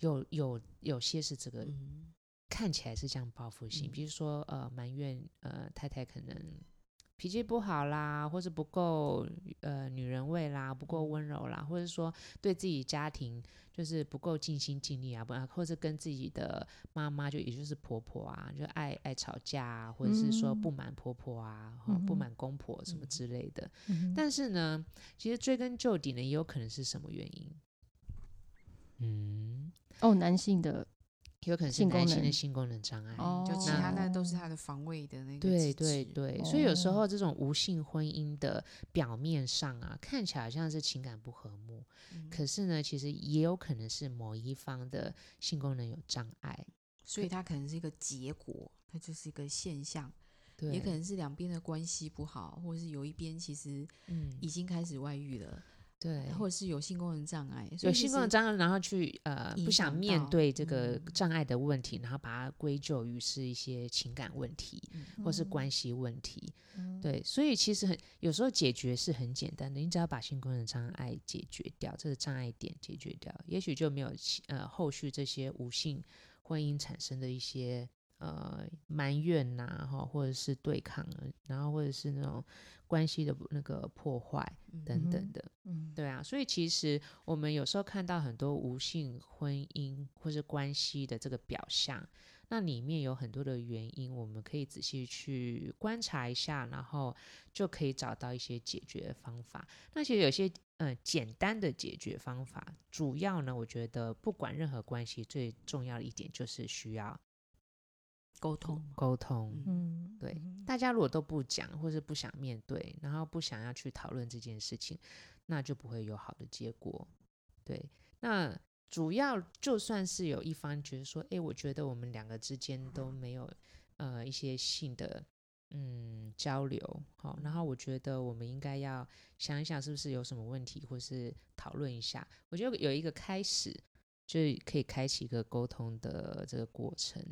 Speaker 3: 有有有些是这个
Speaker 4: 嗯，
Speaker 3: 看起来是这样报复性，
Speaker 4: 嗯
Speaker 3: 比如说呃埋怨呃太太可能脾气不好啦，或是不够呃女人味啦，不够
Speaker 5: 嗯
Speaker 3: 温柔啦，或者说对自己家庭就是不够尽心尽力啊，不然或者跟自己的妈妈就也就是婆婆啊，就爱爱吵架啊，或者是说不满婆婆啊，吼不
Speaker 5: 嗯嗯哼
Speaker 3: 满公婆什么
Speaker 4: 嗯
Speaker 3: 之类的。
Speaker 5: 嗯哼
Speaker 3: 但是呢，其实追根究底呢，也有可能是什么原因？嗯，
Speaker 5: 哦，男性的
Speaker 3: 有可能是
Speaker 5: 性
Speaker 3: 男
Speaker 5: 功
Speaker 3: 性的
Speaker 5: 能
Speaker 3: 性功能障碍。
Speaker 5: 哦，
Speaker 4: 就其他那都是他的防卫的那个
Speaker 3: 对
Speaker 4: 机
Speaker 3: 对
Speaker 4: 制
Speaker 3: 对，所以有时
Speaker 5: 哦
Speaker 3: 候这种无性婚姻的表面上啊，看起来好像是情感不和睦，
Speaker 4: 嗯
Speaker 3: 可是呢，其实也有可能是某一方的性功能有障碍，
Speaker 4: 所以它可能是一个结果，它就是一个现象，
Speaker 3: 对，
Speaker 4: 也可能是两边的关系不好，或者是有一边其实
Speaker 3: 嗯，
Speaker 4: 已经开始外遇了，
Speaker 3: 对，
Speaker 4: 或者是有性功能障碍，所以
Speaker 3: 有
Speaker 4: 其
Speaker 3: 性功能
Speaker 4: 实
Speaker 3: 障碍，然后去呃
Speaker 4: 影
Speaker 3: 不想
Speaker 4: 响
Speaker 3: 面
Speaker 4: 到
Speaker 3: 对这个
Speaker 4: 嗯
Speaker 3: 障碍的问题，然后把它归咎于是一些情感问题
Speaker 4: 嗯
Speaker 3: 或是关系问题，对，所以其实很有时候解决是很简单的，你只要把性功能障碍解决掉，这个障碍点解决掉，也许就没有其呃后续这些无性婚姻产生的一些。呃，埋怨呐、哈，或者是对抗，然后或者是那种关系的那个破坏等
Speaker 5: 嗯
Speaker 3: 等的，
Speaker 5: 嗯
Speaker 3: 对啊，所以其实我们有时候看到很多无性婚姻或是关系的这个表象，那里面有很多的原因，我们可以仔细去观察一下，然后就可以找到一些解决方法。那其实有些呃简单的解决方法，主要呢，我觉得不管任何关系，最重要的一点就是需要
Speaker 4: 沟通，
Speaker 3: 沟通。
Speaker 4: 嗯
Speaker 5: 嗯，
Speaker 3: 对，大家如果都不讲，或是不想面对，然后不想要去讨论这件事情，那就不会有好的结果。对，那主要就算是有一方觉得说，诶，我觉得我们两个之间都没有呃一些性的嗯交流，好，然后我觉得我们应该要想一想是不是有什么问题，或是讨论一下。我觉得有一个开始，就是可以开启一个沟通的这个过程。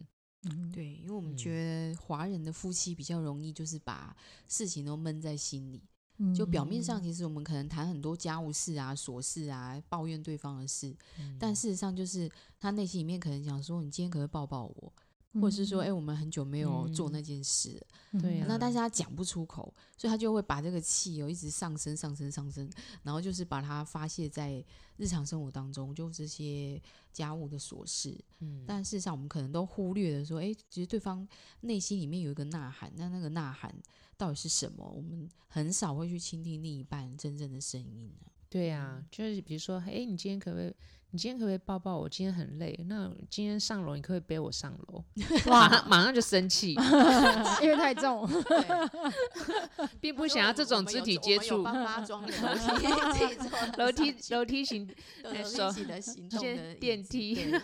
Speaker 5: 嗯
Speaker 4: 对，因为我们
Speaker 3: 嗯
Speaker 4: 觉得华人的夫妻比较容易，就是把事情都闷在心里。
Speaker 5: 哼，
Speaker 4: 就表面上，其实我们可能谈很多家务事啊、琐事啊，抱怨对方的事，
Speaker 3: 嗯
Speaker 4: 但事实上就是他内心里面可能想说，你今天可不可以抱抱我，
Speaker 5: 嗯，
Speaker 4: 或者是说，哎、我们很久没有做
Speaker 3: 嗯
Speaker 4: 那件事了。
Speaker 5: 嗯，
Speaker 3: 对啊
Speaker 4: 那但是他讲不出口，所以他就会把这个气哦一直上升、上升、上升，然后就是把它发泄在日常生活当中，就这些家务的琐事。
Speaker 3: 嗯
Speaker 4: 但事实上，我们可能都忽略了说，哎，其实对方内心里面有一个呐喊，那那个呐喊到底是什么？我们很少会去倾听另一半真正的声音啊
Speaker 3: 对呀，就是比如说，哎，你今天可不可以？你今天可不可以抱抱我？今天很累，那今天上楼你可不可以背我上楼？哇，马上就生气，
Speaker 5: 因为太重，
Speaker 3: 并不想要这种肢体接触。
Speaker 4: 帮妈 (laughs) 装的楼梯
Speaker 3: 楼梯楼梯型
Speaker 4: 楼
Speaker 3: 哎手
Speaker 4: 起的行动
Speaker 3: 先
Speaker 4: 的椅
Speaker 3: 电
Speaker 4: 子
Speaker 3: 梯
Speaker 4: 对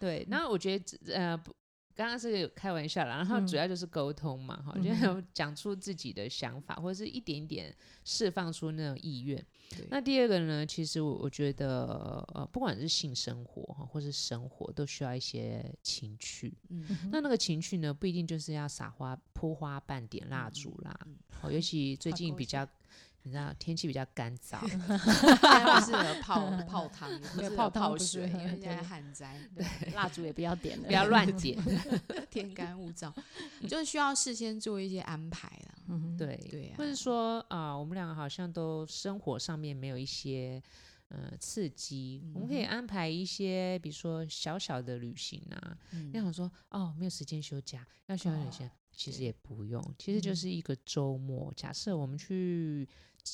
Speaker 3: 对，那我觉得呃，不刚刚是有开玩笑啦，然后主要就是沟通嘛，哈、就
Speaker 5: 嗯
Speaker 3: 有讲出自己的想法，或者是一点点释放出那种意愿
Speaker 4: 对。
Speaker 3: 那第二个呢，其实我我觉得呃，不管是性生活哈，或是生活，都需要一些情趣。
Speaker 4: 嗯
Speaker 3: 那那个情趣呢，不一定就是要撒花、泼花瓣、点蜡烛啦。哦，尤其最
Speaker 5: 好
Speaker 3: 近
Speaker 5: 高
Speaker 3: 比
Speaker 5: 级
Speaker 3: 较，你知道天气比较干燥，
Speaker 4: 现在不是有泡
Speaker 5: 嗯
Speaker 4: 泡汤，也不
Speaker 5: 对
Speaker 4: 是有
Speaker 5: 泡汤
Speaker 4: 泡
Speaker 5: 不是
Speaker 4: 水，
Speaker 5: 嗯
Speaker 4: 因为现
Speaker 5: 对
Speaker 4: 在旱灾，
Speaker 5: (laughs) 蜡烛也不要点了，
Speaker 3: 不要乱点。
Speaker 4: (laughs) 天干物燥，就是需要事先做一些安排啦。
Speaker 5: 嗯哼，
Speaker 3: 对
Speaker 4: 对啊
Speaker 3: 或者说啊、我们两个好像都生活上面没有一些呃刺激，我们可以安排一些，比如说小小的旅行啊。
Speaker 4: 嗯
Speaker 3: 那、想说哦，没有时间休假，要休假
Speaker 5: 哦
Speaker 3: 旅行，其实
Speaker 4: 对
Speaker 3: 也不用，其实
Speaker 5: 嗯
Speaker 3: 就是一个周末。假设我们去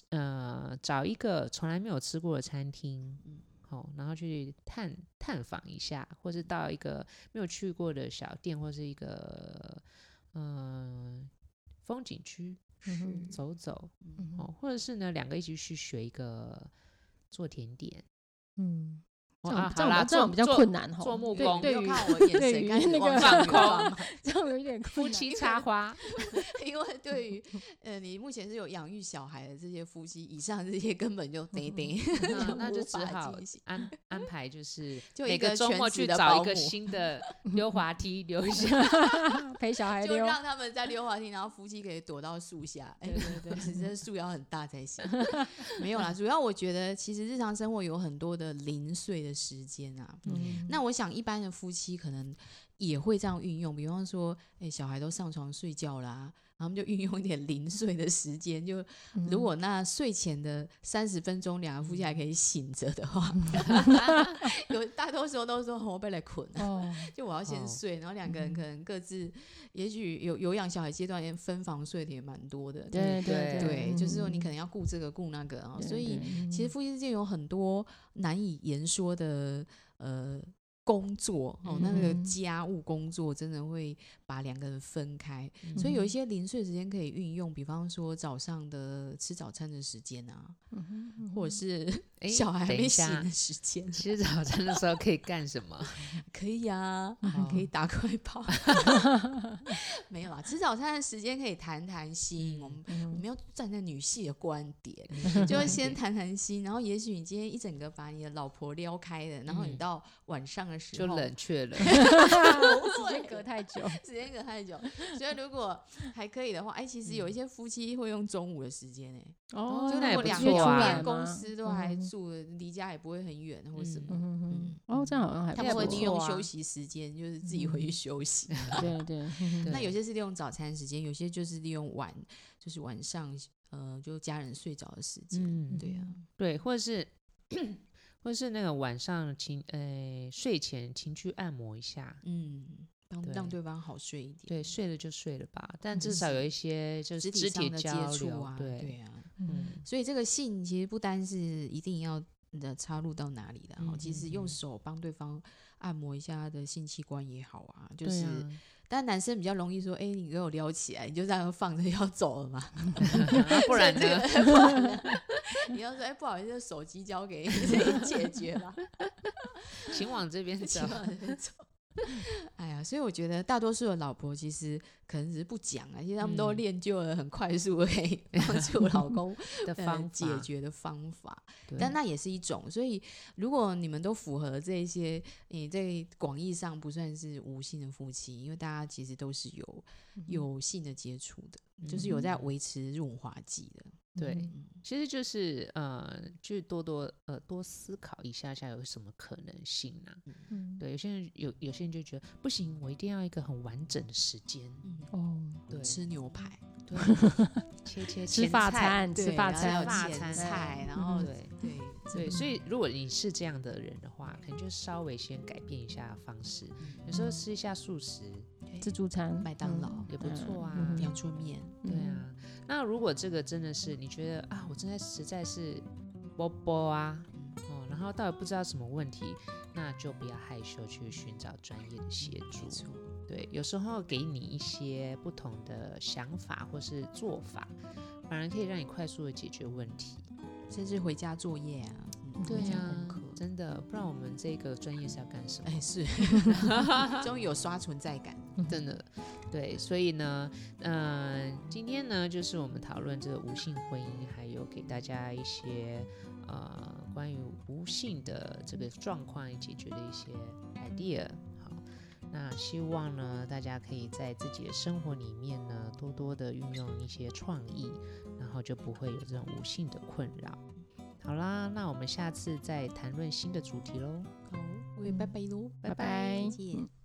Speaker 3: 呃找一个从来没有吃过的餐厅，
Speaker 5: 嗯
Speaker 3: 哦，然后去探探访一下，或是到一个没有去过的小店，或是一个嗯、呃风景区
Speaker 5: 嗯哼
Speaker 3: 走走，
Speaker 5: 嗯哼
Speaker 3: 哦，或者是呢两个一起去学一个做甜点，
Speaker 5: 嗯，
Speaker 3: 哦
Speaker 5: 这种
Speaker 3: 啊
Speaker 5: 这
Speaker 3: 好啦
Speaker 5: 种这种
Speaker 3: 做
Speaker 5: 比较
Speaker 3: 做
Speaker 5: 困难哈，
Speaker 3: 做木
Speaker 5: 对
Speaker 3: 工
Speaker 5: 对
Speaker 4: 你
Speaker 5: 于
Speaker 4: 有看 (laughs) 我眼
Speaker 5: 对
Speaker 4: 神
Speaker 5: 于
Speaker 4: 开始
Speaker 5: 那个
Speaker 4: 往
Speaker 3: 放
Speaker 4: 上
Speaker 3: 空
Speaker 4: 空，
Speaker 5: (laughs) 这种有一点
Speaker 3: 夫
Speaker 5: 困难，
Speaker 3: 妻插花，
Speaker 4: (laughs) 因为对于呃你目前是有养育小孩的这些夫妻，以上这些根
Speaker 5: (laughs)
Speaker 4: 本就得得，
Speaker 3: 嗯那就
Speaker 4: 无
Speaker 3: 只
Speaker 4: 法
Speaker 3: 好
Speaker 4: 进行
Speaker 3: 安安排，就是
Speaker 4: 就
Speaker 3: 每
Speaker 4: 一个
Speaker 3: 周
Speaker 4: 全
Speaker 3: 末
Speaker 4: 职
Speaker 3: 去
Speaker 4: 的
Speaker 3: 找
Speaker 4: 保
Speaker 3: 一个
Speaker 4: 姆
Speaker 3: 新
Speaker 4: (laughs)
Speaker 3: 的溜滑梯溜一下。
Speaker 5: (laughs) 陪小孩
Speaker 4: 就
Speaker 5: 溜，
Speaker 4: 让他们在溜滑梯，然后夫妻可以躲到树下。哎，对对对，真的树要很大才行。 (laughs) 没有啦，主要我觉得其实日常生活有很多的零碎的时间啊，
Speaker 5: 嗯
Speaker 4: 那我想，一般的夫妻可能也会这样运用，比方说，哎、小孩都上床睡觉啦、然后他们就运用一点零碎的时间，就如果那睡前的三十分钟，两个夫妻还可以醒着的话， (laughs) 有大多数都说哦我被来困了，
Speaker 5: 哦，
Speaker 4: 就我要先
Speaker 3: 哦
Speaker 4: 睡，然后两个人可能各自，也许有有养小孩阶段，也分房睡的也蛮多的，
Speaker 3: 对
Speaker 5: 对
Speaker 3: 嗯
Speaker 5: 对嗯
Speaker 4: 对，就是说你可
Speaker 5: 能
Speaker 4: 能要顾这个顾那个啊、所以。其
Speaker 5: 其
Speaker 4: 实夫妻之间有很多难以言说的呃工作哦，那个
Speaker 5: 嗯
Speaker 4: 家务工作真的会把两个人分开，
Speaker 3: 嗯
Speaker 4: 所以有一
Speaker 5: 嗯
Speaker 4: 些零碎时间可以运用，比方说早上的吃早餐的时间啊，
Speaker 3: 嗯
Speaker 4: 或者是
Speaker 3: 哎
Speaker 4: 小孩还
Speaker 3: 等一
Speaker 4: 没醒 (laughs)
Speaker 3: 下
Speaker 4: 的时间，
Speaker 3: 吃早餐的时候可以干什
Speaker 4: (laughs)
Speaker 3: 么？
Speaker 4: 可以啊，
Speaker 3: 嗯
Speaker 4: 可以打快跑， (laughs) 没有啦，吃早餐的时间可以谈谈心，
Speaker 3: 嗯
Speaker 4: 我们我们要站在女性的观
Speaker 3: (laughs)
Speaker 4: 点，就会先谈谈心，然后也许你今天一整个把你的老婆撩开了，然后你
Speaker 3: 嗯
Speaker 4: 到晚上的时
Speaker 3: 就
Speaker 4: 候 (laughs)
Speaker 3: 冷却了。
Speaker 5: (laughs) 时间隔太久，
Speaker 4: 时间隔太久，所以如果还可以的话，哎，其实有一些夫妻会用中午的时间哎，
Speaker 5: 哦
Speaker 4: 就
Speaker 3: 那
Speaker 4: 如
Speaker 3: 也
Speaker 4: 果
Speaker 3: 不
Speaker 4: 两
Speaker 3: 错
Speaker 4: 个
Speaker 3: 啊
Speaker 4: 出
Speaker 3: 出来
Speaker 4: 边公司都还
Speaker 5: 嗯
Speaker 4: 住，离家也不会很远或什么。
Speaker 5: 嗯哼哼
Speaker 4: 嗯
Speaker 5: 哦，这样好像还
Speaker 4: 他
Speaker 5: 不
Speaker 4: 们
Speaker 5: 错
Speaker 4: 会利用
Speaker 3: 啊嗯
Speaker 4: 休息时间，就是自己回去休息。
Speaker 5: 对对，
Speaker 4: 那
Speaker 3: 对
Speaker 4: 有些是利用早餐时间，有些就是利用晚，就是晚上，呃，就家人睡着的时间。
Speaker 3: 嗯
Speaker 4: 对啊，
Speaker 3: 对，或者是或者是那个晚上情呃睡前情趣按摩一下，
Speaker 4: 嗯，帮让
Speaker 3: 对
Speaker 4: 对方好睡一点。
Speaker 3: 对，睡了就睡了吧，但至少有一些就是
Speaker 4: 肢体
Speaker 3: 肢体
Speaker 4: 上的接
Speaker 3: 交
Speaker 4: 触
Speaker 3: 流，
Speaker 4: 啊，
Speaker 3: 对，
Speaker 4: 对啊，
Speaker 3: 嗯，
Speaker 4: 所以这个性其实不单是一定要的插入到哪里的，哦，
Speaker 3: 嗯
Speaker 4: 其
Speaker 3: 嗯
Speaker 4: 实
Speaker 3: 嗯
Speaker 4: 用手帮对方按摩一下他的性器官也好啊，就
Speaker 3: 对
Speaker 4: 是，
Speaker 3: 啊，
Speaker 4: 但男生比较容易说，哎，你给我撩起来，你就这样放着要走了嘛， (laughs)
Speaker 3: 啊不然
Speaker 4: 所以
Speaker 3: 呢？
Speaker 4: 这个不然呢？ (laughs) 你要说，哎，不好意思， (laughs) 手机交给你自己解决吧。
Speaker 3: 请往这
Speaker 4: (laughs)
Speaker 3: 边
Speaker 4: 起
Speaker 3: 走。 (laughs)
Speaker 4: 码走哎呀，所以我觉得大多数的老婆其实可能只是不讲啊，其实他们都
Speaker 3: 嗯
Speaker 4: 练就了很快速的可以帮助老
Speaker 3: (laughs)
Speaker 4: 公呃
Speaker 3: 的方
Speaker 4: 解
Speaker 3: 法，
Speaker 4: 决的方法，
Speaker 3: 对
Speaker 4: 但那也是一种。所以如果你们都符合这一些，你在广义上不算是无性的夫妻，因为大家其实都是有有性的接触的，就是有在
Speaker 3: 嗯
Speaker 4: 维持润滑剂的。
Speaker 3: 对，
Speaker 4: 嗯
Speaker 3: 其实就是呃，去多多呃多思考一下下有什么可能性啊。
Speaker 5: 嗯，
Speaker 3: 对，有些人有有些人就觉得不行，我一定要一个很完整的时间，
Speaker 4: 嗯，
Speaker 5: 哦，
Speaker 3: 对，嗯
Speaker 4: 吃牛排，
Speaker 3: (laughs) 对切切
Speaker 5: 吃
Speaker 3: 前
Speaker 5: 法
Speaker 3: 菜
Speaker 5: 餐，吃
Speaker 4: 对
Speaker 5: 法
Speaker 4: 然后还
Speaker 5: 餐
Speaker 4: 有，
Speaker 3: 法
Speaker 4: 前
Speaker 3: 餐
Speaker 4: 菜，然
Speaker 5: 嗯
Speaker 4: 后嗯
Speaker 3: 对
Speaker 4: 对
Speaker 3: 对，所以如果你是这样的人的话，可能就稍微先改变一下方式，有时候吃一下素食
Speaker 5: 自助餐，
Speaker 4: 麦当劳
Speaker 5: 嗯
Speaker 3: 也不错啊。
Speaker 5: 嗯
Speaker 4: 阳春面，
Speaker 3: 对
Speaker 4: 嗯
Speaker 3: 啊，那如果这个真的是你觉得啊，我真的实在是波波啊，哦，然后到底不知道什么问题，那就不要害羞去寻找专业的协助。
Speaker 4: 嗯没错，
Speaker 3: 对，有时候给你一些不同的想法或是做法，反而可以让你快速的解决问题。
Speaker 4: 甚至回家作业啊，嗯回家功课。
Speaker 3: 真的，不然我们这个专业是要干什么？
Speaker 4: 哎， (laughs) 是，终于有刷存在感。
Speaker 3: 真的，对，所以呢，嗯、今天呢，就是我们讨论这个无性婚姻，还有给大家一些呃关于无性的这个状况解决的一些 idea。好，那希望呢，大家可以在自己的生活里面呢，多多的运用一些创意，然后就不会有这种无性的困扰。好啦，那我们下次再谈论新的主题喽。
Speaker 4: 好，我也拜拜喽，
Speaker 5: 拜拜
Speaker 4: 再见。